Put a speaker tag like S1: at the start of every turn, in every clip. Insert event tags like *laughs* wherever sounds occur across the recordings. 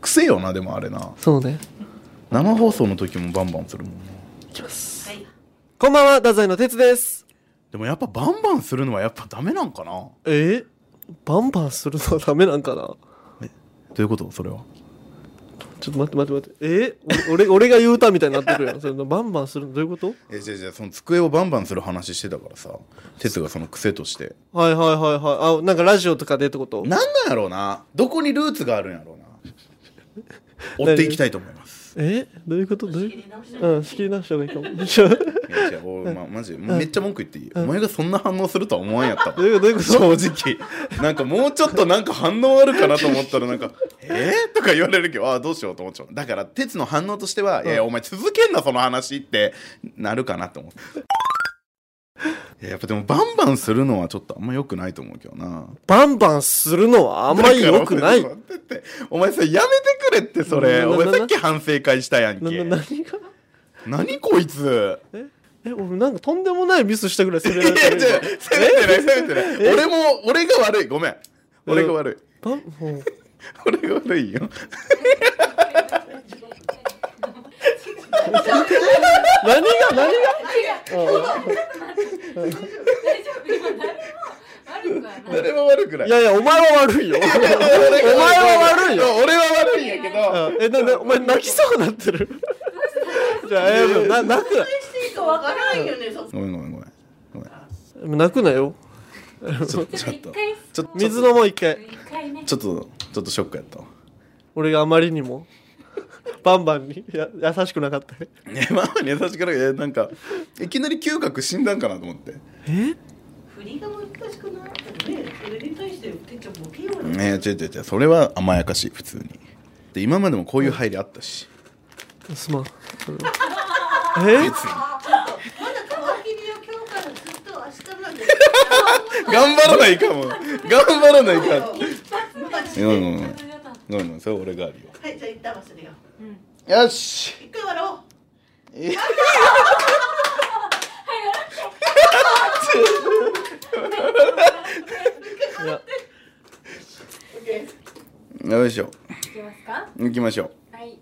S1: 癖よなでもあれな
S2: そうね
S1: 生放送の時もバンバンするもんな
S2: こんばんは太宰の哲です
S1: でもやっぱバンバンするのはやっぱダメなんかな
S2: えバンバンするのはダメなんかな
S1: どういうことそれは
S2: ちょっと待って待って待ってえお俺 *laughs* 俺が言うたみたいになってるやんそれバンバンするのどういうこ
S1: えじゃあじゃあその机をバンバンする話してたからさ哲がその癖として
S2: とはいはいはいはいあなんかラジオとかでってこと
S1: なんなんやろうなどこにルーツがあるんやろうな追っていきたいと思います
S2: えどういうことどういううん仕切り直した方がいいかも *laughs* ちょ
S1: いやいや俺、ま、マジめっちゃ文句言っていいよお前がそんな反応するとは思わんやったわ
S2: どういうことどういうこと
S1: 正直なんかもうちょっとなんか反応あるかなと思ったらなん
S2: *laughs*
S1: か「えー、とか言われるけどああどうしようと思っちゃうだから哲の反応としては「いやいやお前続けんなその話」ってなるかなと思っていややっぱでもバンバンするのはちょっとあんま良くないと思うけどな
S2: バンバンするのはあんまり良くない
S1: だから俺だってお前さやめてくれってそれ
S2: なな
S1: お
S2: な
S1: 前さっき反省会したやん
S2: な
S1: け
S2: な何が
S1: 何こいつ
S2: え俺なんかとんでもないミスしたぐらい責 *laughs* められ
S1: い
S2: て
S1: や
S2: る
S1: じゃあ責めてない責めてない俺も俺が悪いごめん俺が悪い
S2: バンもう
S1: 俺が悪いよ
S2: 何が何が
S3: 大丈夫今誰も悪くはない
S1: 誰も悪くない
S2: いやいやお前は *laughs* 悪いよお前
S1: 俺が
S2: は悪いよ
S1: 俺は悪いんやけど
S2: うん *laughs* えななお前泣きそうになっ
S1: *laughs*
S2: てるじゃあえもうな泣くな
S4: していいかわからんよね、そ
S1: ごめんごめんごめんごめん
S2: 泣くなよ
S1: ちょちょっ
S2: *laughs*
S1: と
S3: 一回
S1: ちょっと
S2: 水飲もう一回
S3: 一回ね
S1: ちょっとちょっとショックやったわ
S2: 俺があまりにもバンバンにや優しくなかったね
S1: ね *laughs* ママに優しくないえなんかいきなり嗅覚死んだんかなと思って
S4: 振りが難しくなってね、それに対しててっちゃんボケようよ。
S1: ね違う違う違うそれは甘やかしい普通にで今までもこういう入りあったし
S2: すまんそれはえ
S1: 別に
S4: まだ皮切りを今日からずっと明日なんで。
S1: 頑張らないかも頑張らないか *laughs*
S2: *laughs*
S1: ごめんごめんごめんごめんごめんそれ俺がある
S4: はい、じゃあ一旦忘れよう。
S1: よよし
S4: 一回笑おう。
S2: いや
S4: オッケー。
S1: よいしょ
S3: いきますか
S1: 行きましょう
S3: はい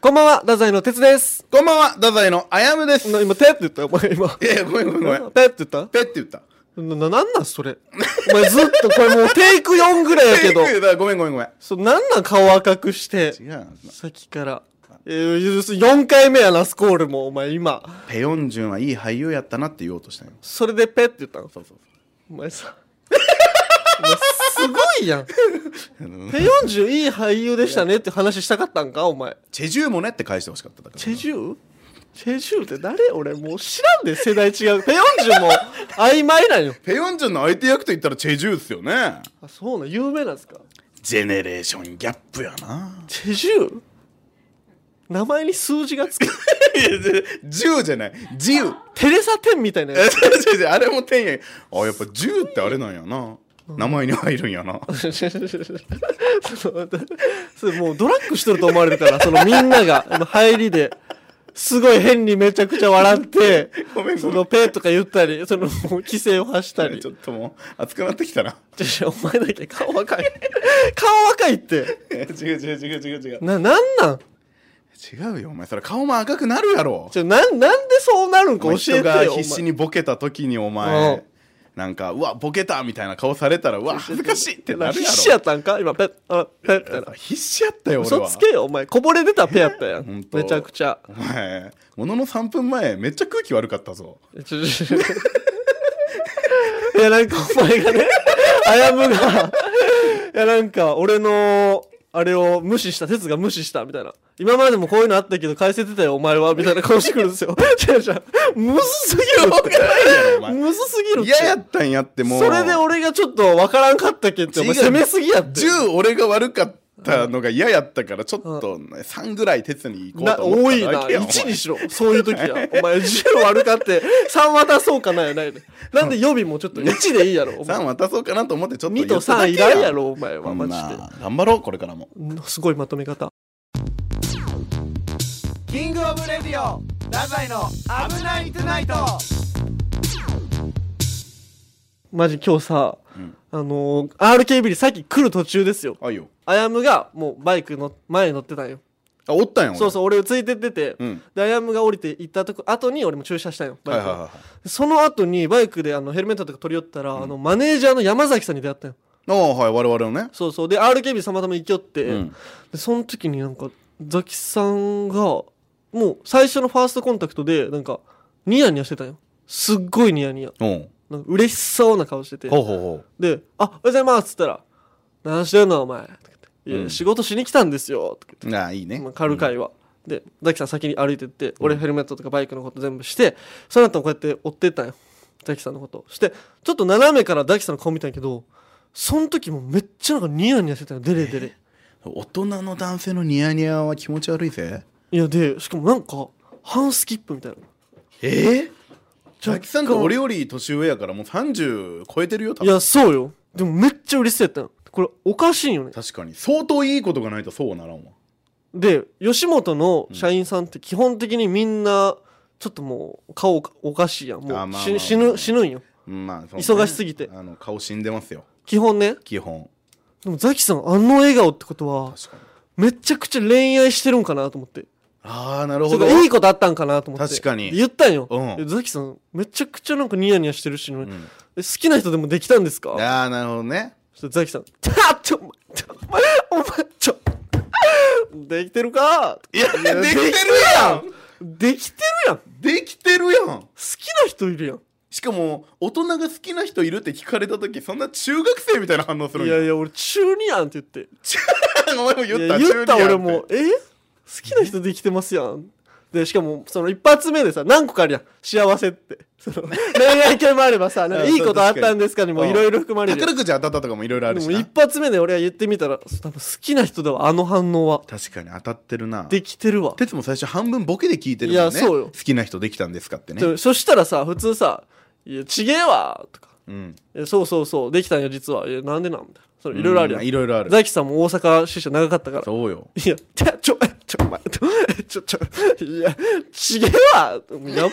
S2: こんばんは太宰の哲です
S1: こんばんは太宰のあやむですい
S2: な今手って言ったよお前今
S1: やいやごめんごめんごめん
S2: ペって言った
S1: ペって言った
S2: な、な、なんなんそれ。お前ずっと、これもうテイク4ぐらいやけど。
S1: えだごめんごめんごめん
S2: そう、なんなん顔赤くして、
S1: 違う
S2: さっきから。えー、4回目やな、スコールも、お前今。
S1: ペヨンジュンはいい俳優やったなって言おうとしたんよ
S2: それでペって言ったの
S1: そうそう
S2: お前さ。お前すごいやん。
S1: そう
S2: *laughs* ペヨンジュいい俳優でしたねって話したかったんか、お前。
S1: チェジューもねって返してほしかっただから
S2: チェジューチェジューって誰俺もう知らんで、世代違う。ペヨンジュも曖昧なんよ。
S1: ペヨンジュンの相手役と言ったらチェジューっすよね
S2: あ、そうなん、有名なんですか
S1: ジェネレーションギャップやな
S2: チェジュー名前に数字がつく。
S1: いやじゃジューじゃないジュー
S2: テレサテンみたいなやつ
S1: え違う違うあれも天やあやっぱジューってあれなんやな名前に入るんやな
S2: *laughs* そのそれもうドラッグしてると思われるから、そのみんなが、あの入りで、すごい変にめちゃくちゃ笑って、
S1: ごめん
S2: *laughs* そ
S1: ごめん
S2: のペーとか言ったり、そのもう規制を発したり。
S1: ち
S2: ちょ
S1: ょっともう熱くなってきたな *laughs*
S2: ちょお前だけ顔若い。 *laughs* 顔若いって。
S1: 違う違う違う違う違う
S2: な、なんなん
S1: 違うよお前それ顔も赤くなるやろ
S2: ちょ、なん、なんでそうなるんか
S1: お
S2: 教
S1: 前
S2: えてよ
S1: 人。が必死にボケた時にお
S2: うん
S1: 前なんかうわボケたみたいな顔されたらうわ恥ずかしいって
S2: お前
S1: なるやろ
S2: 必死やったんか今、ペッ、あ、ペッみたいな。
S1: 必死やったよ俺
S2: 嘘
S1: は
S2: つけよ、お前。こぼれ出たペやったやん。
S1: ほんと
S2: めちゃくちゃ。
S1: お前ものの3分前めっちゃ空気悪かったぞ
S2: ちょちょちょいや、なんかお前がね、あやむが、いや、なんか俺の、あれを無視した、哲が無視した、みたいな。今までもこういうのあったけど、返せてたよ、お前は、みたいな顔してくるんですよ。違う違う。むずすぎる
S1: お
S2: って。
S1: 前
S2: むずすぎるって。
S1: 嫌やったんやってもう
S2: それで俺がちょっとわからんかったけって、お前
S1: 違う
S2: 攻めすぎやって。
S1: 10俺が悪かったのが嫌やったからちょっと3ぐらい鉄に行こう
S2: な
S1: と思
S2: 多
S1: っ
S2: い
S1: た
S2: な
S1: だけやん
S2: 1にしろそういう時はお前10悪かって3渡そうかなやないのなんで予備もちょっと1でいいやろお前
S1: 3渡そうかなと思ってちょっと
S2: 2と
S1: 言っただ
S2: 3
S1: け
S2: いらんやろお前は
S1: こん
S2: マ
S1: な
S2: ジ
S1: 頑張ろうこれからも
S2: でうんすごいまとめ方
S5: キングオブレディオダザイの危ないトゥナイト
S2: マジ今日さ、
S1: ん
S2: あのー、RKB にさっき来る途中ですよ
S1: あいよ
S2: あやむがもうバイクの前に乗ってたんよ
S1: あおったんや
S2: そう
S1: う
S2: そう俺ついてってて、
S1: うん
S2: であやむが降りて行ったとこ後に俺も駐車したんよバ
S1: はいは
S2: イク
S1: い
S2: を、
S1: はいはい
S2: その後にバイクであのヘルメットとか取り寄ったら、あのマネージャーの山崎さんに出会ったんよ
S1: ああはい我々のね
S2: そうそうで RKB さまたま行きよって、
S1: うん
S2: でその時になんかザキさんがもう最初のファーストコンタクトでなんかニヤニヤしてたんよすっごいニヤニヤ
S1: うん
S2: なんか嬉しそうな顔してて
S1: ほうほうほ
S2: で「あおはようございます」っつったら「何してんのお前」とか言って「いや、
S1: うん
S2: 仕事しに来たんですよ」とか言って
S1: うああいいね
S2: まあ、軽会は、でザキさん先に歩いてって俺ヘルメットとかバイクのこと全部して、その後こうやって追ってったんよザキさんのことしてちょっと斜めからザキさんの顔見たんやけどその時もめっちゃなんかニヤニヤしてたよデレデレ
S1: 大人の男性のニヤニヤは気持ち悪いぜ
S2: いやでしかもなんか半スキップみたいな
S1: え
S2: 若
S1: ザ
S2: 干
S1: キさんと俺より年上やからもう30超えてるよ多
S2: い
S1: 分
S2: やそうよでもめっちゃ嬉しそうやったのこれおかしいよね
S1: 確かに相当いいことがないとそうはならんわ
S2: で吉本の社員さんって基本的にみんなちょっともう顔おかしいやんもう、
S1: あまあ
S2: し
S1: まあ
S2: 死ぬ死ぬんよ
S1: うんまあそうね
S2: 忙しすぎて
S1: あの顔死んでますよ
S2: 基本ね
S1: 基本
S2: でもザキさんあの笑顔ってことは
S1: 確かに
S2: めちゃくちゃ恋愛してるんかなと思って
S1: ああなる
S2: そ
S1: ほ
S2: れか
S1: ど
S2: いいことあったんかなと思って
S1: 確かに
S2: 言ったんよ、
S1: うん
S2: でザキさんめちゃくちゃなんかニヤニヤしてるし、
S1: ん
S2: え好きな人でもできたんですか
S1: ああなるほどね
S2: そしてザキさん「ちょちょお前お前ちょできてるか?」
S1: いやできてるやん
S2: できてるやん好
S1: できてるやん
S2: きな人いるやん
S1: しかも大人が好きな人いるって聞かれた時そんな中学生みたいな反応するん
S2: い
S1: や
S2: やいや俺中二やんって言って
S1: お前も言っ
S2: い
S1: た
S2: や言
S1: 中
S2: った
S1: 二やん
S2: 俺
S1: て
S2: もえ好きな人できてますやんでしかもその一発目でさ何個かあるやん幸せってそ
S1: *laughs*
S2: の恋愛系もあればさなんか
S1: うん
S2: いいことあったんですかにも
S1: うん
S2: いろいろ含まれるやん
S1: 宝くじ当たったとかもいろいろある
S2: で
S1: し
S2: も
S1: な
S2: 一発目で俺は言ってみたらそう多分好きな人だわあの反応は
S1: 確かに当たってるな
S2: できてるわ、
S1: 鉄も最初半分ボケで聞いてるもんね
S2: いやそうよ
S1: 好きな人できたんですかってね
S2: でそしたらさ普通さ「いやちげえわ」とか
S1: うん
S2: 「いやそうそうそうできたんよ実はいやなんでなん」みたいなそれいろいろあるや
S1: うんいろいろある
S2: ザキさんも大阪支社長かったから
S1: そうよ
S2: いや、ちょ、ちょ、ちょ、お前、ちょ、ちょ、いや、ちげえわやばいよ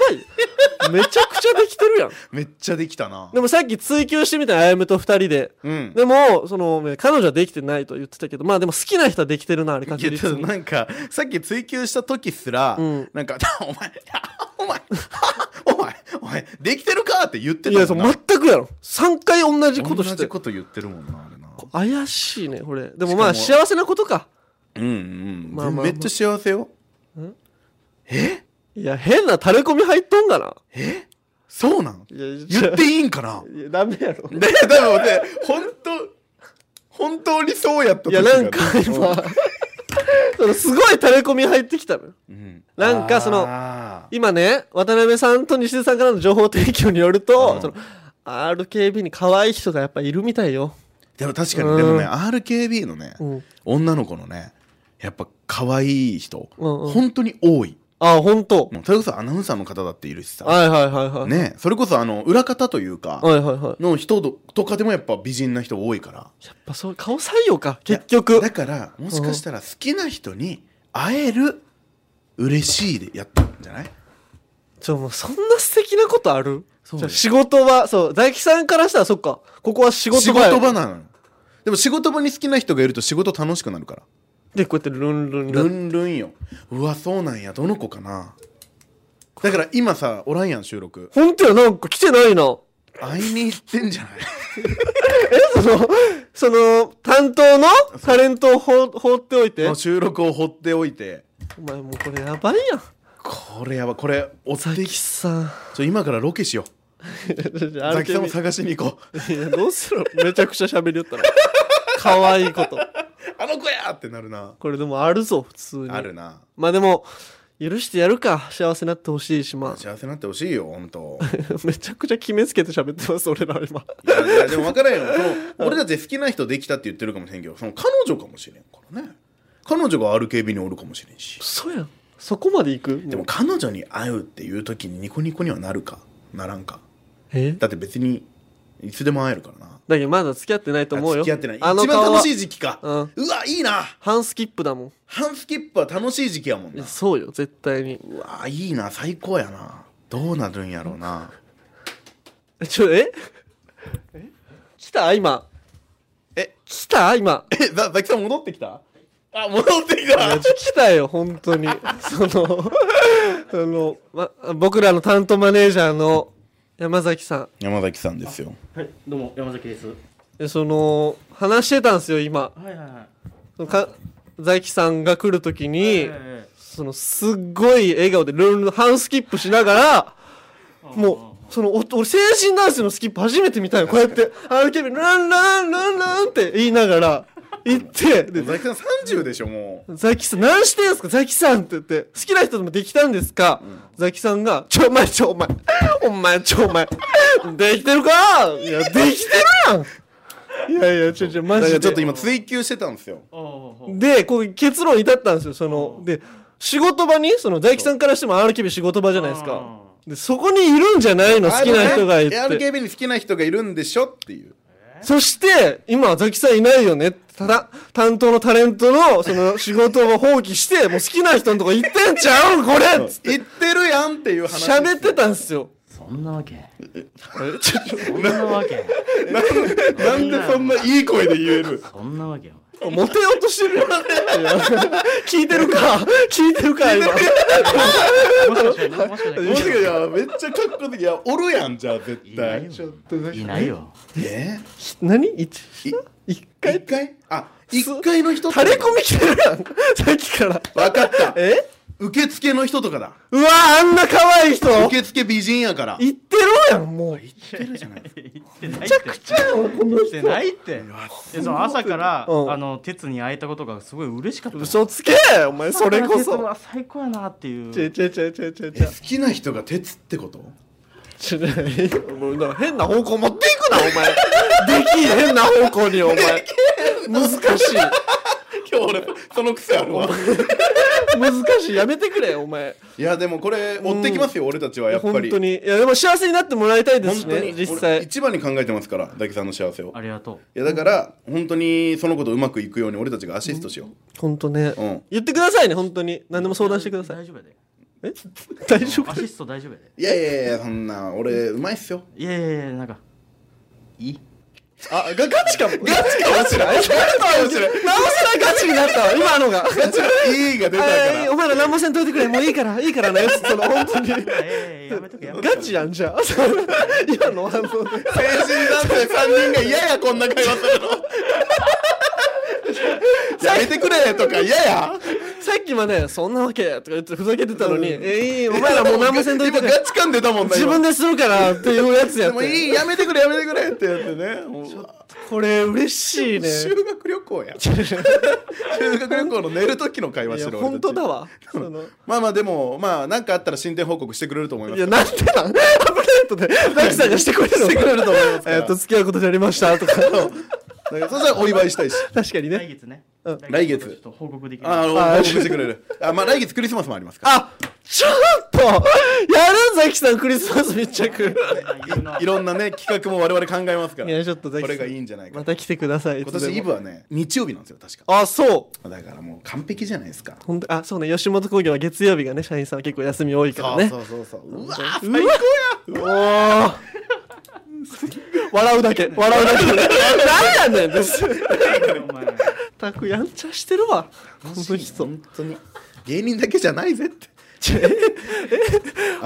S2: めちゃくちゃできてるやん。
S1: めっちゃできたな
S2: でもさっき追求してみたあやむと二人で。
S1: うん
S2: でも、その、ね彼女はできてないと言ってたけど、まあでも好きな人はできてるな、あれ
S1: い
S2: 確
S1: やち
S2: 実
S1: ょっと
S2: に。
S1: なんかさっき追求した時すら、
S2: うん
S1: なんか *laughs* 「お前お前 *laughs* お前お前できてるか?」って言って
S2: い
S1: たも
S2: や、そ
S1: ん
S2: う、
S1: な
S2: 全くやろ。三回同じこと
S1: 同
S2: し
S1: じ
S2: て。
S1: こと言ってるもんなあれな
S2: 怪しいね、これ。でもまあ、
S1: しか
S2: 幸せなことか。
S1: うんうん、
S2: まあまあまあ
S1: めっちゃ幸せよ
S2: いや、変な垂れ込み入っとんかな。
S1: えそうなん
S2: いや、
S1: 言っていいんかない
S2: や、ダメやろ。
S1: で *laughs* でもね本当本当にそうやった時
S2: いや、
S1: が
S2: なんか今、
S1: *laughs*
S2: そのすごい垂れ込み入ってきたのよ。
S1: うん
S2: なんかその
S1: あ
S2: 今ね渡辺さんと西出さんからの情報提供によると、
S1: うん
S2: その RKB に可愛い人がやっぱいるみたいよ、
S1: ーでも確か
S2: うん
S1: にでもね RKB のね、
S2: うん、
S1: 女の子のねやっぱ可愛い人、
S2: うんうん
S1: 本当に多い
S2: あ本当、
S1: もうそれこそアナウンサーの方だっているしさ、
S2: はいはいはいはい、
S1: ね、それこそあの裏方というか
S2: はいはいはいや
S1: の人とかでもやっぱ美人な人多いから
S2: っぱそう顔採用か結局
S1: だからもしかしたら好きな人に会える嬉しいでやったんじゃない
S2: ちょもうそんな素敵なことある
S1: そう
S2: じ
S1: よ
S2: ゃあ仕事場そう大吉さんからしたらそっかここは仕事
S1: 仕
S2: 場や
S1: 事場なのでも仕事場に好きな人がいると仕事楽しくなるから
S2: でこうやってルンルン
S1: ル
S2: ルン
S1: ンルンようわそうなんやどの子かなだから今さおらんやん収録
S2: 本当やなんか来てないな
S1: 会いに行ってんじゃ
S2: *laughs*
S1: ない
S2: えそのその担当のタレントを放放っておいて
S1: もう収録を放っておいて
S2: お前もうこれやばいやん
S1: これやばいこれお
S2: ザ
S1: って
S2: キ
S1: き
S2: さん *laughs*
S1: ちょ今からロケしよ
S2: じゃ
S1: う
S2: あ
S1: ザキさん
S2: RKB
S1: も探しに行こう
S2: いやどうするめちゃくちゃ喋りよったら可愛いこと
S1: あの子やってなるな
S2: これでもあるぞ普通に
S1: あるな
S2: まあでも許してやるか幸せになってほしいしまあ
S1: 幸せになってほしいよ本当
S2: *laughs* めちゃくちゃ決めつけて喋ってます俺ら今
S1: いやいやでも分から *laughs* へんよその俺たち好きな人できたって言ってるかもしれんけどその彼女かもしれんからね彼女が RKB におるかもしれんし
S2: 嘘やんそこまで行く
S1: でも彼女に会うっていう時にニコニコにはなるかならんか
S2: え
S1: だって別にいつでも会えるからな
S2: だけどまだ付き合ってないと思うよ
S1: 付き合ってない一
S2: あの
S1: 番
S2: 顔
S1: 楽
S2: は
S1: しい時期か、
S2: う
S1: うんわいいな
S2: 半スキップだも
S1: ハンスキップは楽しい時期やもん
S2: んい
S1: な
S2: やそうよ絶対に
S1: うわいいな最高やなどうなるんやろうな
S2: ちょええ来た今
S1: え
S2: 来た今。
S1: *laughs* えざザキさん戻ってきたあ戻ってきた
S2: いや来たよ、本当に。その、その、ま、僕らの担当マネージャーの山崎さん
S1: 山崎さんですよ
S6: はい、どうも山崎です。は
S2: で。その、話してたんですよ、今。
S6: いはいは
S2: そのかザキさんが来るとき
S6: い。
S2: に、
S6: え
S2: その、すっごい笑顔でルンルンハンスキップしながら、
S6: え
S2: もう、その、お俺、成人男性のスキップ初めて見たよ。こうやって、歩ける、ランラン、ランランって言いながら、行って、で、
S1: ザキさん30でしょもう
S2: ザキさん、何してんすかザキさんって言って、好きな人でもできたんですか、ザキさんが、ちょ、お前、ちょ、お前、お前、ちょ、お前、できてるかいや、できてるやんいやいや、ちょ、ちょ、マ
S1: だ
S2: ジ
S1: から
S2: で。
S1: ちょっと今追求してたんですよ
S6: あああ
S2: で、こう結論に至ったんですよ、その、で、仕事場に、その、大吉さんからしても RKB 仕事場じゃないですか。で、そこにいるんじゃないの好きな人がいて。
S1: あのね ARKB に好きな人がいるんでしょっていう
S2: そして、今、ザキさんいないよね。ただ、担当のタレントの、その、仕事を放棄して、もう好きな人のとこ行ってんちゃうんこれっつって、
S1: 言ってるやんっていう話
S2: 喋ってたんすよ。
S6: あそんなわけ。
S2: えちょっ
S6: そんなわけ。
S1: なんでそんないい声で言える
S6: そんなわけよ。
S2: とモテようとしてるよ。いや聞いてるか聞いてるか今。
S6: もしかしてもしか
S1: もしか
S6: し
S1: いやめっちゃかっこいいいやおるやんじゃあ絶
S6: いない
S1: 対
S6: よ
S1: ちょっと
S6: ていないよ。
S1: え
S2: 何一
S1: い
S2: 一
S1: 一
S2: 回
S1: 回あ一回の人とか
S2: 垂れ込み来てるやん。さっきから。
S1: わかった
S2: え
S1: 受付の人とかだ
S2: うわあんな可愛い人言っ
S1: 受付美人やから
S2: てるやん、もう。め
S1: てるじゃないですか
S6: 言ってないっ
S2: ちゃくちゃやん、この
S6: て
S2: 人。
S6: ないって。えそう朝から
S2: うん
S6: あの鉄に会えたことがすごい嬉しかった。
S2: 嘘つけお前、それこ
S6: 朝か
S2: そ。
S6: ら鉄は最高やなっていう。
S2: ちょちょちょちょちょ
S1: え
S2: ちょ
S1: 好。きな人が鉄ってこと
S2: ちょもうなんか変な方向持っていくな、お前。できへんな方向に、お前。難しい。
S1: 今日俺その癖あるわ
S2: 難しい。やめてくれ、お前。
S1: いやでもこれ追ってきますよ、俺たちはやっぱ
S2: 本
S1: り
S2: 当に。いや、でも幸せになってもらいたいで
S1: 本
S2: す
S1: 当
S2: ね、
S1: に
S2: 実
S1: 俺
S2: 際。
S1: 一番に考えてますから大吉さんの幸せを
S6: ありがと
S1: いやだから、本当にそのことうまくいくように俺たちがアシストしよう、
S2: 本当ね
S1: うん。
S2: 言ってくださいね、本当に。何でも
S6: う。
S2: 相談してくださ
S6: 大
S2: い。
S6: 丈夫やで。
S2: え大丈夫
S6: アシスト大丈夫やで。
S1: いやいやいやそんな俺うまいっすよ
S6: いやいやいやな
S2: *laughs*
S6: んか。いい。
S2: あ、がガチかも。ガチかもしれない。直せ
S1: 面白い
S2: ないガチになったわ、今のが。
S1: いいが出たか
S2: はい、お
S1: ら
S2: 前ら何もせんといてくれ。もういいから、いいからね。その、本当に。
S6: ええやめとけやめとけ。
S2: ガチやんじゃあ今の反応で
S1: 成人男性3人が嫌やこんな会話するのやめてくれとか嫌や
S2: さっきまで「そんなわけ」とか言ってふざけてたのに「えいお前らもう何もせんといてく
S1: 今ガ
S2: れ
S1: チ感出たもんな
S2: 自
S1: 今
S2: 分でするから」っていうやつや
S1: で
S2: っ
S1: もい
S2: て
S1: いやめてくれやめてくれってやってねもう
S2: これ嬉しいね
S1: 修学旅行や
S2: *laughs*
S1: 修学旅行の寝る時の会話
S2: い
S1: し
S2: や
S1: てる
S2: 本当だわその
S1: まあまあでもまあなんかあったら進展報告してくれると思いま
S2: い
S1: す
S2: やなんでなんアッ *laughs* プデートでザキさんがしてくれるの
S1: してくれると思いますから
S2: えっと付き合うことになりましたとか
S1: だからそしたらお祝いした
S2: *laughs*
S1: いし
S2: 確かに
S6: 来
S2: ね
S6: 月ね。
S2: うん
S1: 来月
S6: ちょっと報告できる。
S1: ああの報
S2: あー
S1: 告してくれるあまあ来月クリスマスもありますか
S2: あちょっとやるザキさんクリスマス密着
S6: 言うな
S1: らいろんなね企画も我々考えますか
S2: い
S1: ら
S2: やちょっとザキ
S1: こ
S2: さん
S1: れがいいんじゃないか
S2: また来てくださいい
S1: 今
S2: つでも
S1: 年イブはね日曜日なんですよ確か
S2: あそう
S1: だからもう完璧じゃないですか
S2: ほんとあそうね吉本興業は月曜日がね社員さんは結構休み多いからね
S1: そうそうそうそううわ
S2: うわおー笑うだけ笑う
S1: *laughs*
S2: だけ何やねんです
S6: お前
S2: たくやんちゃしてるわこの人
S1: 本当に芸人だけじゃないぜ
S2: *laughs*
S1: って *laughs*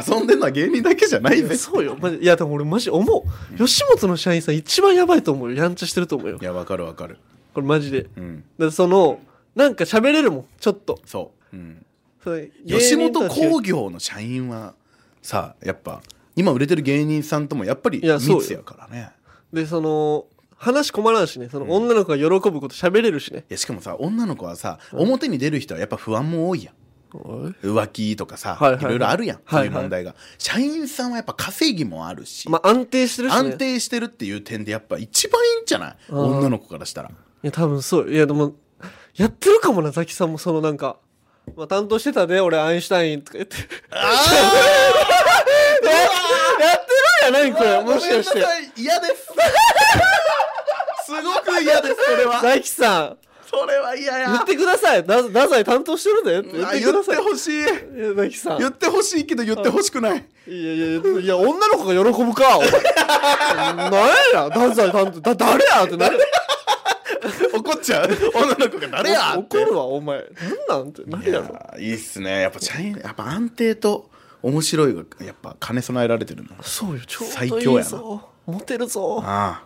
S1: 遊んでるのは芸人だけじゃないぜ
S2: そうよマジいやでも俺マジ思う吉本の社員さん一番やばいと思うよやんちゃしてると思うよ
S1: いやわかるわかる
S2: これマジで
S1: うん
S2: でそのなんか喋れるもんちょっと
S1: そう、うん、
S2: それ
S1: 吉本
S2: 芸人
S1: 興業の社員はさやっぱ今売れてる芸人さんともやっぱり
S2: いやそうよ
S1: 密やからね
S2: でその話困らんしねその女の子が喜ぶこと喋れるしね、
S1: いやしかもさ女の子はさ表に出る人はやっぱ不安も多いやん浮気とかさ、
S2: はい
S1: い
S2: はいはい
S1: ろいろあるやん、
S2: はいはい
S1: そういう問題が社員さんはやっぱ稼ぎもあるし、
S2: まあ安定してるしね
S1: 安定してるっていう点でやっぱ一番いいんじゃない
S2: ん
S1: 女の子からしたら
S2: いや、多分そう。いや、でも、やってるかもな、ザキさんも、そのなんか。まあ、担当してたで、俺、アインシュタインとか言って。 *laughs* やってるんやないこれ、もしかして
S1: ご。めんなさい嫌です
S2: *laughs*
S1: すごく嫌ですそれは
S2: ザキさん、
S1: それは嫌や
S2: 言ってください。だ太宰担当してるでって言っ
S1: あ
S2: て
S1: 言
S2: くだ
S1: っ
S2: さ
S1: て
S2: い。
S1: ほしい
S2: いや、ザキさん。い
S1: 言ってほしいけど言ってほしくない
S2: やいやいや、いや、女の子が喜
S1: *laughs*
S2: *laughs* ぶか、お前。なんや、太宰担当、だ、誰やってなる。
S1: 怒っちゃう *laughs* 女の子が誰やって
S2: 怒るわお前なんなんってなるやろ
S1: いやーいいっすねやっぱチャイやっぱ安定と面白いがやっぱ兼ね備えられてるな
S2: そうよちょう
S1: 最
S2: ど
S1: 強
S2: いい
S1: やな
S2: ぞモテるぞ
S1: あ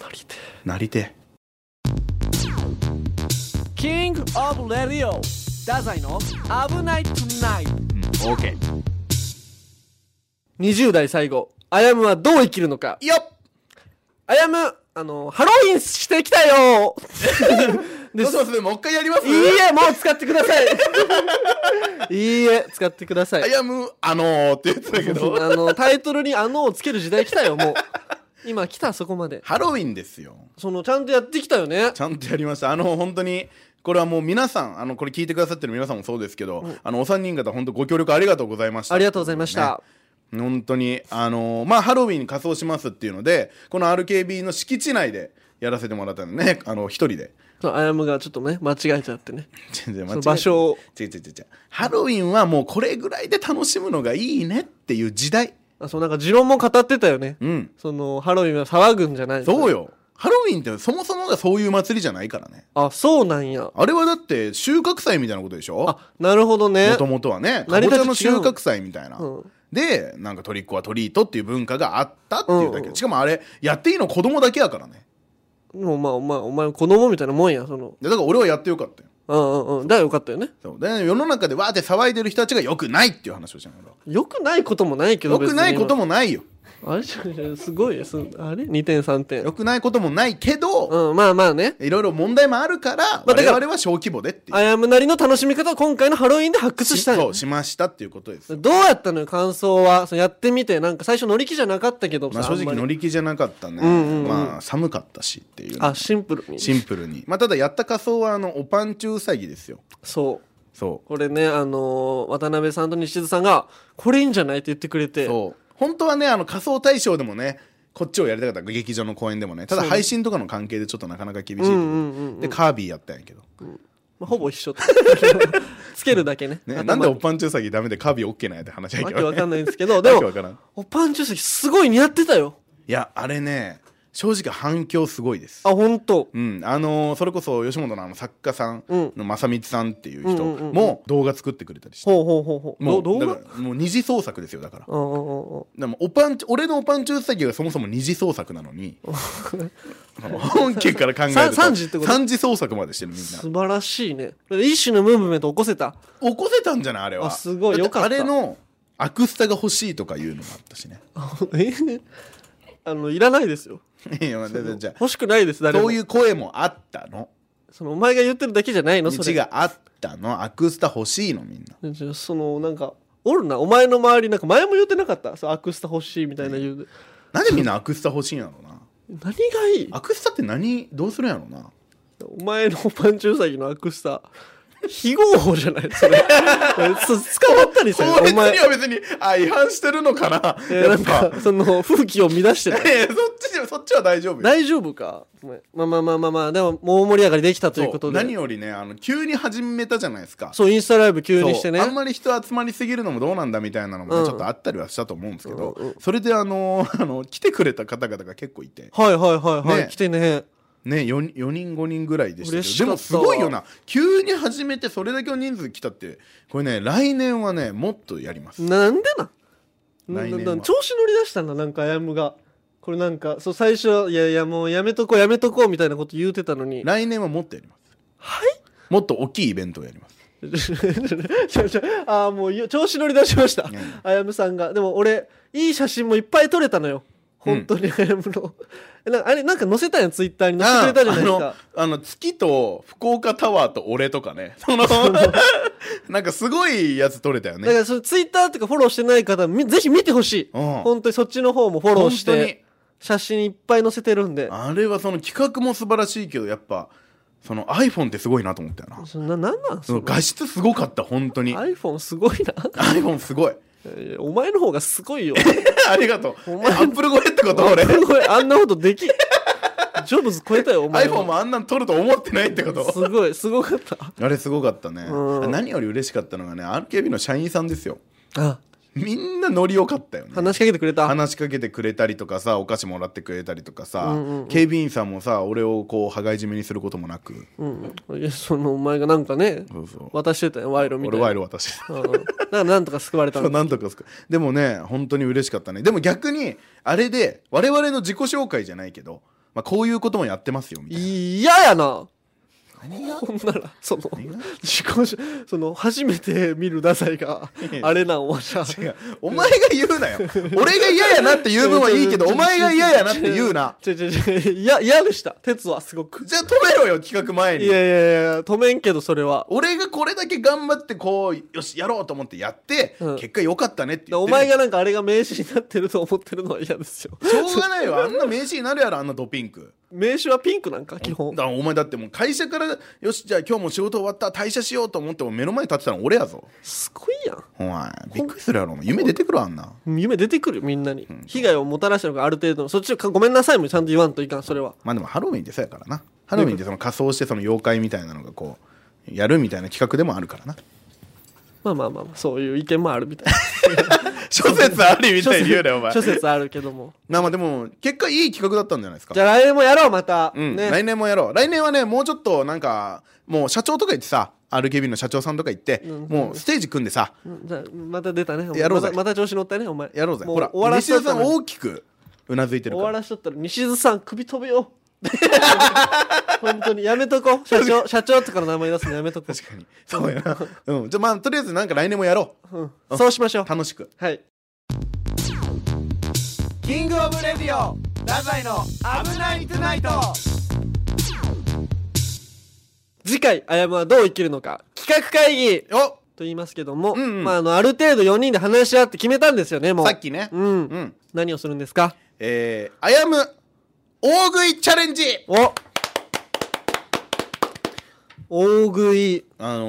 S2: なりてえ
S1: あなりて
S5: キングオブレディオダザイの危ないトゥナイト
S1: え OK
S2: 20代最後あやむはどう生きるのか
S1: よっ
S2: あやむあのハロウィンしてきたよ
S1: *laughs*
S2: *laughs* で
S1: どうしますもう一回やります
S2: いいえもう使ってください *laughs* いいえ使ってください
S1: あやむあのーって言ってたけど
S2: あのタイトルに「あの」をつける時代来たよもう今来たそこまで
S1: ハロウィンですよ
S2: そのちゃんとやってきたよね
S1: ちゃんとやりましたあの本当にこれはもう皆さんあのこれ聞いてくださってる皆さんもそうですけど、あのお三人方本当ご協力ありがとうございました
S2: ありがとうございました、
S1: ね本当にあのーまあハロウィンに仮装しますっていうのでこの RKB の敷地内でやらせてもらったのね *laughs* あの一人で
S2: そうあやむがちょっとね間違えちゃってね
S1: 全然間違
S2: そ
S1: え
S2: の
S1: て
S2: 場所を
S1: 違う違う違う違うハロウィンはもうこれぐらいで楽しむのがいいねっていう時代
S2: あそうなんか持論も語ってたよね、
S1: うん
S2: そのハロウィンは騒ぐんじゃない
S1: そう
S2: よ
S1: よハロウィンってそもそもがそういう祭りじゃないからね
S2: あそうなんや
S1: あれはだって収穫祭みたいなことでしょ
S2: あなるほどね
S1: もともとはねか
S2: 成り
S1: ぼち
S2: 立
S1: ゃ
S2: ち
S1: の
S2: 違
S1: 収
S2: うの
S1: 穫祭みたいな、
S2: うん
S1: でなんかトリックはトリートっていう文化があったっていうだけ、
S2: うんうん
S1: しかもあれやっていいの子供だけやからね
S2: もうまあお前お前子供みたいなもんやその
S1: でだから俺はやってよかったよ
S2: うんうんうんだからよかったよね
S1: そうで世の中でわーって騒いでる人たちがよくないっていう話をしたの俺は
S2: よくないこともないけど
S1: よくないこと
S2: も
S1: もないよ
S2: あれちょちょすごいすあれ2点3点
S1: よくないこともないけど、
S2: うんまあまあね
S1: いろいろ問題もあるから、
S2: まあだから
S1: 我々は小規模でっていう
S2: あやむなりの楽しみ方を今回のハロウィンで発掘したんや
S1: そうしましたっていうことですよ
S2: どうやったのよ感想はそのやってみてなんか最初乗り気じゃなかったけど
S1: ま
S2: さ
S1: あ、正直
S2: あんま
S1: 乗
S2: り
S1: り気じゃなかったね、
S2: んうんうん
S1: まあ寒かったしっていう
S2: あシンプルに
S1: シンプルにまあただやった仮装はあのおパンチウサギですよ
S2: そう
S1: そ
S2: これねあのー渡辺さんと西津さんがこれいいんじゃないって言ってくれ
S1: う
S2: て
S1: そう本当はねあの仮装大賞でもねこっちをやりたかった劇場の公演でもねただ
S2: そう
S1: 配信とかの関係でちょっとなかなか厳しい、
S2: うんうんうんうん
S1: でカービィやったんやけど、
S2: まあほぼ一
S1: *laughs*
S2: 緒つけるだけね
S1: ね、
S2: 頭
S1: なんでおパンチウサギダメでカービィオッケーなんやって話や
S2: わ
S1: け
S2: け
S1: ど
S2: わ
S1: ね *laughs*
S2: かんないんですけどで
S1: わけ
S2: も
S1: わからんい
S2: おパンチュ席すごい似合ってたよ
S1: やあれね正直反響すごいです
S2: あ本当
S1: うんあのーそれこそ吉本のあの作家さん
S2: うん
S1: の正光さんっていう人
S2: うんうんうんうん
S1: も動画作ってくれたりして、
S2: ほうほうほうほう
S1: もう
S2: ど動
S1: だ
S2: 画
S1: からもう二次創作ですよだから
S2: うんうんうんうん
S1: でもおパンチ俺のおパンチウサギがそもそも二次創作なの
S2: *laughs*
S1: にあの本家から考えると
S2: さ三次ってこと
S1: 三次創作までしてるみんな
S2: 素晴らしいね一種のムーブメント起こせた
S1: 起こせたんじゃないあれは
S2: あすごい
S1: だて
S2: よかった
S1: あれのアクスタが欲しいとかいうのもあったし
S2: *laughs*
S1: ね
S2: えあのいらないですよ
S1: いやまあだだじゃあ
S2: 欲しくないです誰も
S1: そういう声もあったの
S2: そのお前が言ってるだけじゃないの
S1: 道
S2: それ
S1: があったのアクスタ欲しいのみんな
S2: じゃあそのなんかおるなお前の周りなんか前も言ってなかったそうアクスタ欲しいみたいな言う、
S1: なんでみんなアクスタ欲しいんやろう
S2: *laughs*
S1: な
S2: 何がいい
S1: アクスタって何どうするんやろうな
S2: お前のパンチウサギのアクスタ非合法じゃない
S1: *laughs*
S2: それそ捕まったりする
S1: 法律
S2: お
S1: に
S2: 前
S1: は別にあ違反してるのかな
S2: えー
S1: や
S2: な
S1: っ
S2: ん
S1: ぱ
S2: かその風紀を乱してる
S1: *laughs* いやいやそっちでそっちは大丈夫よ
S2: 大丈夫かお前まあまあまあまあまあでも大盛り上がりできたということで
S1: そう何よりねあの急に始めたじゃないですか
S2: そうインスタライブ急にしてね
S1: そうあんまり人集まりすぎるのもどうなんだみたいなのもね、
S2: うん
S1: ちょっとあったりはしたと思うんですけど、
S2: うんうん
S1: それであのーあの来てくれた方々が結構いて
S2: はいはいはいはい、
S1: ね
S2: 来てね
S1: ね 4, 4人5人ぐらいでした
S2: 嬉し
S1: け
S2: か
S1: ど
S2: っ
S1: で
S2: た
S1: もすごいよな急に始めてそれだけの人数来たってこれね来年はねもっとやります
S2: なんでな
S1: 来年
S2: な
S1: は
S2: んなん調子乗り出したんだなんかあやむがこれなんかそう最初はいやいやもうやめとこうやめとこうみたいなこと言うてたの *laughs* に
S1: 来年はもっとやりますはいもっと大きいイベントをやります
S2: ああもういや調子乗り出しました
S1: やいや
S2: あやむさんがでも俺いい写真もいっぱい撮れたのよ本当にあやむの、なんかあれなんか載せたやんツイッターに載せてくれたじゃないですか
S1: ああのあの月と福岡タワーと俺とか
S2: *laughs*
S1: ねそのなんかすごいやつ撮れたよ
S2: だか
S1: ね
S2: らそのツイッターとかフォローしてない方みぜひ見てほしい、
S1: うん
S2: 本当にそっちの方もフォローし
S1: 本当に
S2: て写真いっぱい載せてるんで
S1: あれはその企画も素晴らしいけどやっぱその iPhone ってすごいなと思ったよな
S2: そんななんなん
S1: そ
S2: そ
S1: の
S2: の
S1: 画質すごかった本当に
S2: iPhone すごいな
S1: iPhone すごい
S2: いやお前の方がすごいよ
S1: ありがとう
S2: お
S1: え
S2: 前
S1: アップル超えってこと *laughs* 俺
S2: すごいあんなことで
S1: *laughs*
S2: きジョブズ超えたよお前
S1: iPhone もあんなん撮ると思ってないってこ
S2: す
S1: と
S2: ごいすごかった
S1: あれすごかったね
S2: うん
S1: 何より嬉しかったのがね RKB の社員さんですよ
S2: あ
S1: みんなノリよかったよね
S2: 話しかけてくれた
S1: 話しかけてくれたりとかさお菓子もらってくれたりとかさ、
S2: うんうんうん
S1: 警備員さんもさ俺をこう羽交い締めにすることもなく
S2: うんいやそのお前がなんかね
S1: そうそう
S2: 渡してたよ賄賂みた
S1: 俺
S2: いな
S1: 賄賂渡
S2: *laughs*
S1: して
S2: うんうんだからなんとか救われた
S1: そ
S2: の
S1: うなんとかですかでもね本当に嬉しかったねでも逆にあれで我々の自己紹介じゃないけど、まあ、こういうこともやってますよみたいない
S2: 嫌やなほんならその自己紹その初めて見る太宰が
S1: いや
S2: あれなんはさ
S1: 違うお前が言うなよ俺が嫌やなって言う分はいいけどお前が嫌やなって言うな
S2: 違う違う違ういや嫌でした鉄はすごく
S1: じゃあ止めろよ企画前
S2: い
S1: に
S2: やいやいや止めんけどそれは
S1: 俺がこれだけ頑張ってこうよしやろうと思ってやって、
S2: うん
S1: 結果良かったねって
S2: で
S1: 言っ
S2: お
S1: てる
S2: 前がなんかあれが名刺になってると思ってるのは嫌ですよ
S1: しょうがないよあんな名刺になるやろあんなドピンク
S2: 名刺はピンクなんか基本
S1: だからお前だってもう会社からよしじゃあ今日も仕事終わった退社しようと思っても目の前に立ってたの俺やぞ
S2: すごいやん
S1: お前びっくりするやろお前夢出てくるあんな
S2: 夢出てくるよみんなに被害をもたらしたのがある程度のそっちのかごめんなさいもちゃんと言わんといかんそれは
S1: まあでもハロウィンってそうやからなハロウィンってその仮装してその妖怪みたいなのがこうやるみたいな企画でもあるからな
S2: まあまあまあまあそういう意見もあるみたい
S1: *laughs*
S2: な
S1: 諸説ありみたいに言うなよお前
S2: 諸説あるけども
S1: まあまあでも結果いい企画だったんじゃないですか
S2: じゃあ来年もやろうまた、
S1: うん
S2: ね
S1: 来年もやろう来年はねもうちょっとなんかもう社長とか行ってさ RKB の社長さんとか行って、
S2: うん
S1: もうステージ組んでさ
S2: うんじゃあまた出たね
S1: やろうぜ
S2: またまた調子乗ったねお前
S1: やろうぜ
S2: も
S1: ほら
S2: 終わらし
S1: 西
S2: とっ
S1: 田
S2: た
S1: さん
S2: のに
S1: 大きくうなずいてる
S2: 終
S1: か
S2: わ
S1: ら
S2: らしとったら西津さん首飛べよ *laughs* 本当にやめとこう社
S1: *laughs*
S2: 長社長とかの名前出すのやめとこ
S1: 確かにそうやな、うん、じゃあまあとりあえずなんか来年もやろ
S2: う、うん、そうしましょ
S1: う
S2: う
S1: 楽しく
S2: はい
S5: キングオブレディオ太宰の危ないトゥナイト
S2: 次回あやむはどう生きるのか企画会議
S1: お
S2: と言いますけども、
S1: うんうん
S2: まあ、あのある程度4人で話し合って決めたんですよねもう
S1: さっきね
S2: うん、
S1: うん
S2: 何をするんですか
S1: えー、あやむ大食いチャレンジ
S2: お大食い
S1: あの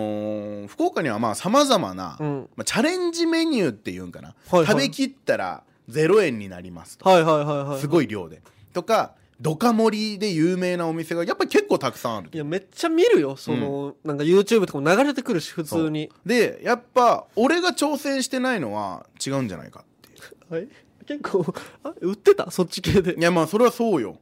S1: ー福岡にはまあさまざまな、
S2: うん
S1: まあ、チャレンジメニューっていうんかな、
S2: はいはい
S1: 食べきったら0円になりますと
S2: はいはいはいはい
S1: すごい量でとかドカ盛りで有名なお店がやっぱり結構たくさんある
S2: いやめっちゃ見るよその、なんか YouTube とかも流れてくるし普通に
S1: でやっぱ俺が挑戦してないのは違うんじゃないかっていう
S2: はい結構あ売ってたそっち系で
S1: いやまあそれはそうよ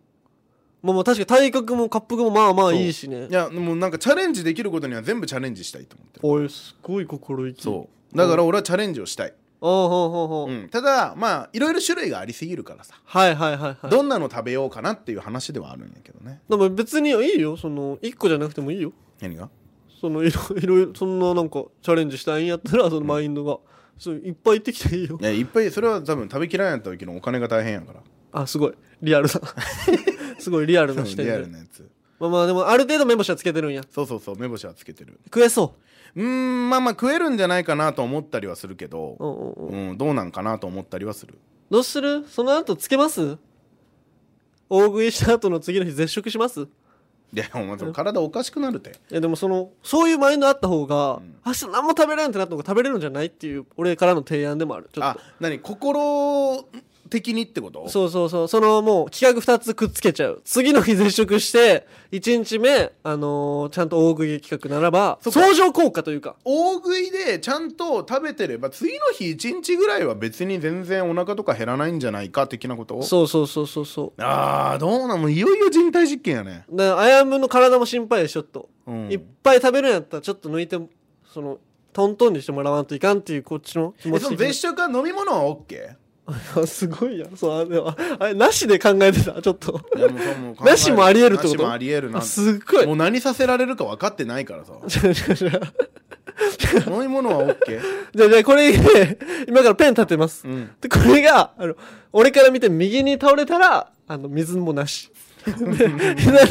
S2: まあまあ確かに体格も滑覆もまあまあいいしね
S1: いやもうなんかチャレンジできることには全部チャレンジしたいと思ってる
S2: おいすごい心意気う
S1: そうだから俺はチャレンジをしたい、
S2: ああほうほうほう、
S1: うん、ただまあいろいろ種類がありすぎるからさ、
S2: はいはいはいはい
S1: どんなの食べようかなっていう話ではあるんやけどね
S2: でも別にいいよその1個じゃなくてもいいよ
S1: 何が
S2: そのいろ *laughs* いろいろそんななんかチャレンジしたいんやったらそのマインドが、そういっぱいってきていいよ
S1: いやいっぱいそれは多分食べきらんやった時のお金が大変やから
S2: あすごいリアルだ *laughs* すごいリアルな視点
S1: リアル
S2: で
S1: なやつ
S2: まあまあでもある程度目星はつけてるんや
S1: そうそうそう目星はつけてる
S2: 食えそう
S1: ーんまあまあ食えるんじゃないかなと思ったりはするけど
S2: う、うんうんうん
S1: うん、どうなんかなと思ったりはする
S2: どうするその後つけます大食いした後の次の日絶食しますい
S1: い
S2: *laughs*
S1: やお前その体おかしくなるて
S2: やでもそのそういうマインドあった方が、明日何も食べれんってなった方が食べれるんじゃないっていう俺からの提案でもあるちょっ
S1: あ
S2: と
S1: 何心的にってこと
S2: そうそうそうそのもう企画2つくっつけちゃう次の日絶食して1日目あのーちゃんと大食い企画ならば
S1: そっか
S2: 相乗効果というか
S1: 大食いでちゃんと食べてれば次の日一日ぐらいは別に全然お腹とか減らないんじゃないか的なこと
S2: そうそうそうそうそう
S1: あーどうなんもういよいよ人体実験やね
S2: だからあやむの体も心配でしょちょっと、
S1: うん
S2: いっぱい食べるんやったらちょっと抜いてそのトントンにしてもらわんといかんっていうこっちの気持
S1: え
S2: ち
S1: そ
S2: *laughs*
S1: の
S2: 的
S1: 絶
S2: な
S1: 食は飲み物は OK?
S2: あすごいやんそうあでもああれなしで考えてたちょっと
S1: いやもうそうもう考え
S2: *laughs* なしもありえるってこと
S1: なしもありえるな
S2: あすっごい
S1: もう何させられるか分かってないからさ
S2: *laughs* 違う違う違う
S1: 飲み物は
S2: *laughs*
S1: OK?
S2: じゃあじゃあこれで今からペン立てます、
S1: うん
S2: でこれがあの俺から見て右に倒れたらあの水も
S1: *laughs*
S2: なしで左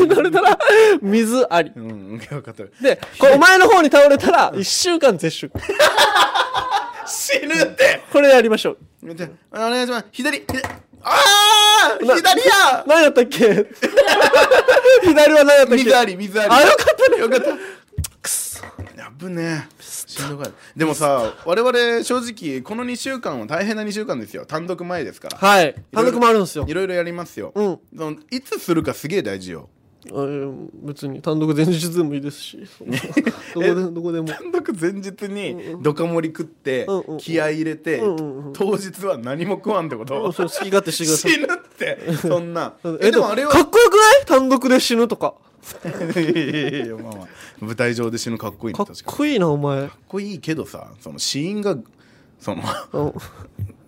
S2: に倒れたら水あり
S1: うん分かってる
S2: でこうお前の方に倒れたら1週間絶食
S1: 死ぬって
S2: これやりましょう
S1: じゃあお願いします左左あー
S2: な
S1: 左や
S2: 何やったっ
S1: *laughs*
S2: け左は何やったっけ
S1: 水あり水あり
S2: あよかったね
S1: よかった
S2: くっそ
S1: やぶねしんどかったでもさ我々正直この2週間は大変な2週間ですよ単独前ですから
S2: はい単独もあるんですよ
S1: いろいろやりますよ、
S2: うん
S1: そのいつするかすげえ大事よ
S2: あうん別に単独前日でもいいですしそんなどこでどこ
S1: *laughs*
S2: でも
S1: 単独前日にドカ盛り食って
S2: うんうん
S1: 気合い入れて
S2: うんうんうん
S1: 当日は何も食わんってこ
S2: そう
S1: と
S2: 好き勝手してください
S1: 死ぬって
S2: *laughs*
S1: そんな
S2: え
S1: え
S2: で
S1: で
S2: も
S1: も
S2: あ
S1: あ
S2: れ
S1: れ
S2: は
S1: は
S2: かっこよくない単独で死ぬとか
S1: *laughs* いやいやいやまあまあ舞台上で死ぬかっこいいね
S2: かっ
S1: 確かにか
S2: こいいなお前
S1: っこいいけどさその死因がその *laughs*
S2: あ *laughs* の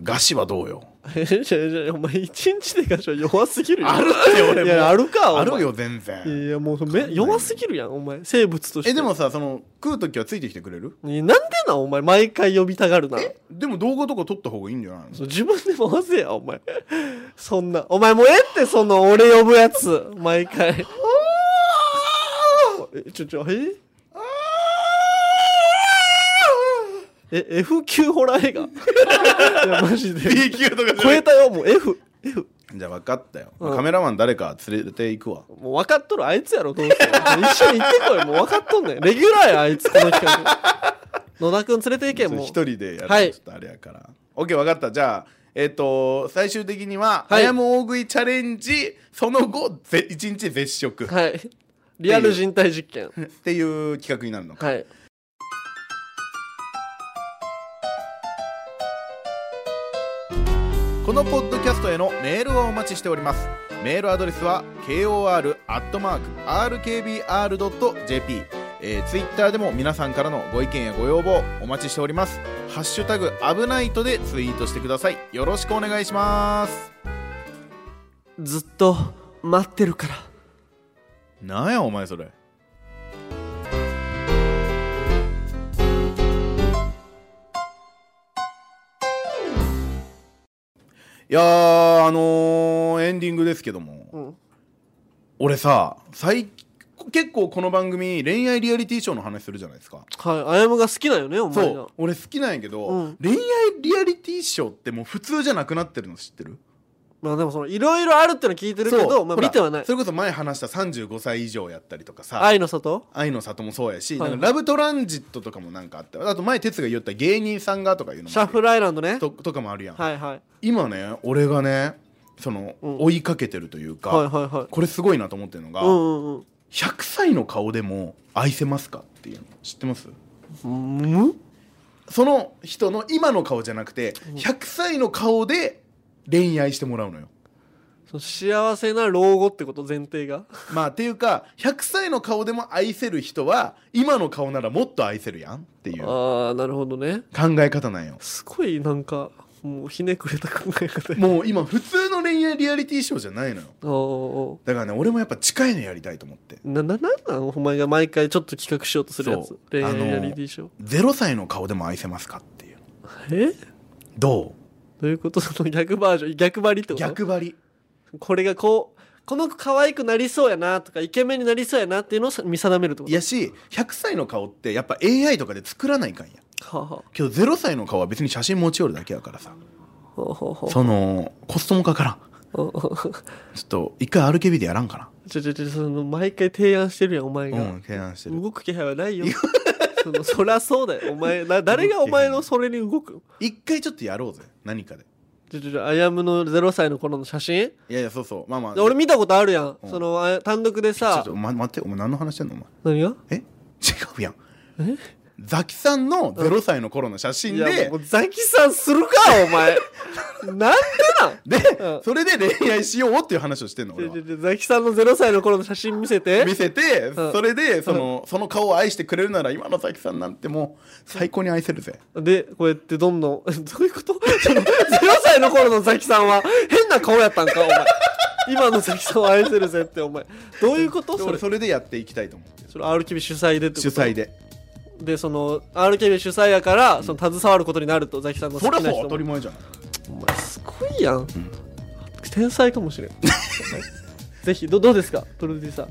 S1: 餓死はどうよ
S2: えじゃあじゃあお前一日でかしは弱すぎるよ
S1: あるって俺も
S2: いやあるかお前
S1: あるよ全
S2: いや
S1: 然
S2: いやもうそめ弱すぎるやんお前生物として
S1: えでもさその食う時はついてきてくれる
S2: いやなんでなお前毎回呼びたがるな
S1: でも動画とか撮った方がいいんじゃないの
S2: そう自分で回せやお前 *laughs* そんなお前もうええってその俺呼ぶやつ毎回えちょちょええ F 級ホラー映画いやマジ
S1: *laughs*
S2: で
S1: B 級とかじゃない
S2: 超えたよもう FF
S1: じゃあ分かったよ、
S2: うん
S1: カメラマン誰か連れて行くわ
S2: もう分かっとるあいつやろどうせもう一緒に行ってこいもう分かっとんねんレギュラーやあいつこの企画野田くん連れて行けも
S1: 一
S2: う
S1: 人でやる
S2: はい
S1: とちょっとあれやから、オッケー分かったじゃあえっ、と最終的には、
S2: はい
S1: 早も大食いチャレンジその後ぜ一日絶食
S2: はいリアル人体実験
S1: っていう企画になるのか
S2: はい
S1: このポッドキャストへのメールをお待ちしておりますメールアドレスは kor.rkbr.jp えー、ツイッターでも皆さんからのご意見やご要望お待ちしております「ハッシュタグ危ないと」でツイートしてくださいよろしくお願いします
S5: ずっと待ってるから
S1: なんやお前それいやーあのーエンディングですけども、
S2: うん
S1: 俺さ最結構この番組恋愛リアリティショーの話するじゃないですか
S2: はいあやむが好きなんよねお
S1: そ
S2: 前が
S1: う俺好きなんやけど、
S2: うん
S1: 恋愛リアリティショーってもう普通じゃなくなってるの知ってる
S2: まあでもそのいろいろあるってのは聞いてるけど、まあ
S1: ほら
S2: 見てはない
S1: そ。れこそ前話した35歳以上やったりとかさ
S2: 愛の里
S1: 愛の里もそうやし、
S2: はい
S1: なんかラブトランジットとかもなんかあったあと前哲が言った芸人さんがとかいうのも
S2: シャッフルアイランドね。
S1: ととかもあるやん、
S2: はいはい。
S1: 今ね俺がねその、
S2: うん
S1: 追いかけてるというか、
S2: はいはいはい。
S1: これすごいなと思ってるのが、
S2: うんうん
S1: 100歳の顔でも愛せますかっていうの知ってます
S2: うん。む
S1: その人の今の顔じゃなくて100歳の顔で恋愛してもらうのよ
S2: その幸せな老後ってこと前提が。
S1: まあっていうか100歳の顔でも愛せる人は今の顔ならもっと愛せるやんっていう考
S2: ああ、なるほどね。
S1: え方なんよ
S2: すごいなんか、もうひねくれた考え
S1: *laughs*
S2: 方や。
S1: もう今普通の恋愛リアリティショーじゃないのよ
S2: おーお
S1: だからね俺もやっぱ近いのやりたいと思って
S2: ーな、な、なんなんお前が毎回ちょっと企画しようとするや
S1: そ
S2: つ
S1: う。
S2: 恋
S1: あの
S2: 愛
S1: ー
S2: リアリティショー。
S1: 0歳の顔でも愛せますかっていう
S2: え
S1: ど
S2: どういうことその逆バージョン、逆張りって
S1: う
S2: こと
S1: 逆張り
S2: これがこう、この子可愛くなりそうやなとか、イケメンになりそうやなっていうのを見定めるってこと
S1: やし100歳の顔ってやっぱ AI とかで作らないかんや
S2: はあはあ
S1: けど0歳の顔は別に写真持ち寄るだけやからさ
S2: ほうほうほう
S1: そのコストもかからんちょっと一回 RKB でやらんか
S2: ちょちょちょその毎回提案してるやんお前
S1: な
S2: が、
S1: うん提案してる
S2: 動く気配はないよそのそりゃそうだよお前な誰がお前のそれに動く
S1: 一回ちょっとやろうぜ何かで
S2: ちょちょちょあやむの0歳の頃の写真
S1: いやいやそうそうまあまあ
S2: 俺見たことあるやん、
S1: うん
S2: そのあや単独で
S1: ちょ
S2: さ
S1: っと、ま、待ってお前何の話してんのお前
S2: 何が
S1: え違うやん
S2: え
S1: ザキさんの0歳の頃の写真
S2: い
S1: で、
S2: やもうザキさんするかお
S1: *laughs*
S2: 前なんで
S1: で、
S2: うん
S1: それで恋愛しようっていう話をしてんの俺
S2: なん
S1: は
S2: ちょちょちょザキさんの0歳の頃の写真見せて
S1: 見せて、
S2: うん
S1: それでその,、その顔を愛してくれるなら今のザキさんなんてもう最高に愛せるぜ
S2: でこうやってどんどん *laughs* どういうことその0歳の頃のザキさんは変な顔やったんかお前今のザキさんを愛せるぜってお前どういうこと
S1: で
S2: そ
S1: 俺
S2: れ
S1: それでやっていきたいと思ってる
S2: それ RKB 主催でってこと
S1: 主催で
S2: でその RKB 主催やからその携わることになるとザキさんの好
S1: そ
S2: き
S1: り
S2: な
S1: ゃ
S2: 人
S1: そう
S2: も
S1: 当たり前じゃない
S2: *laughs* お前すごいやん、天才かもしれんぜひどどうですかプロデューサー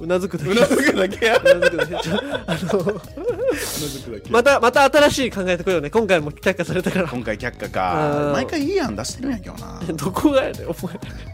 S2: うなずくだけ
S1: うなずくだけや
S2: うなずくだけちょあのまたまた新しい考えてこようね
S1: *laughs*
S2: 今回も却下されたから
S1: 今回却下
S2: あ
S1: か
S2: ー
S1: 毎回いい案出してるんやけどな
S2: どこがやねんお前